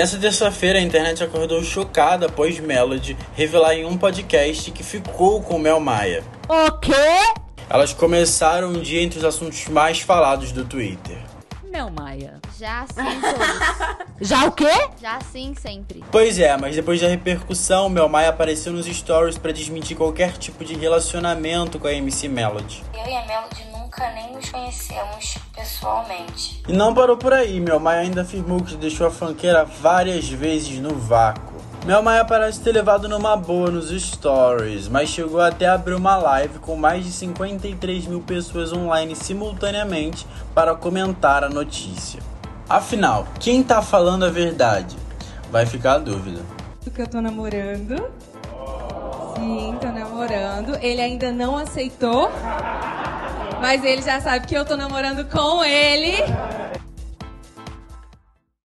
Nessa terça-feira, a internet acordou chocada após Melody revelar em um podcast que ficou com Mel Maia. O quê? Elas começaram um dia entre os assuntos mais falados do Twitter. Não, Maia. Já sim, todos. Já o quê? Já sim, sempre. Pois é, mas depois da repercussão, Mel Maia apareceu nos stories pra desmentir qualquer tipo de relacionamento com a MC Melody. Eu e a Melody nunca nem nos conhecemos pessoalmente. E não parou por aí, Mel Maia ainda afirmou que deixou a fanqueira várias vezes no vácuo. Mel Maia parece ter levado numa boa nos stories, mas chegou até a abrir uma live com mais de 53 mil pessoas online simultaneamente para comentar a notícia. Afinal, quem tá falando a verdade? Vai ficar a dúvida. que eu tô namorando. Sim, tô namorando. Ele ainda não aceitou. Mas ele já sabe que eu tô namorando com ele.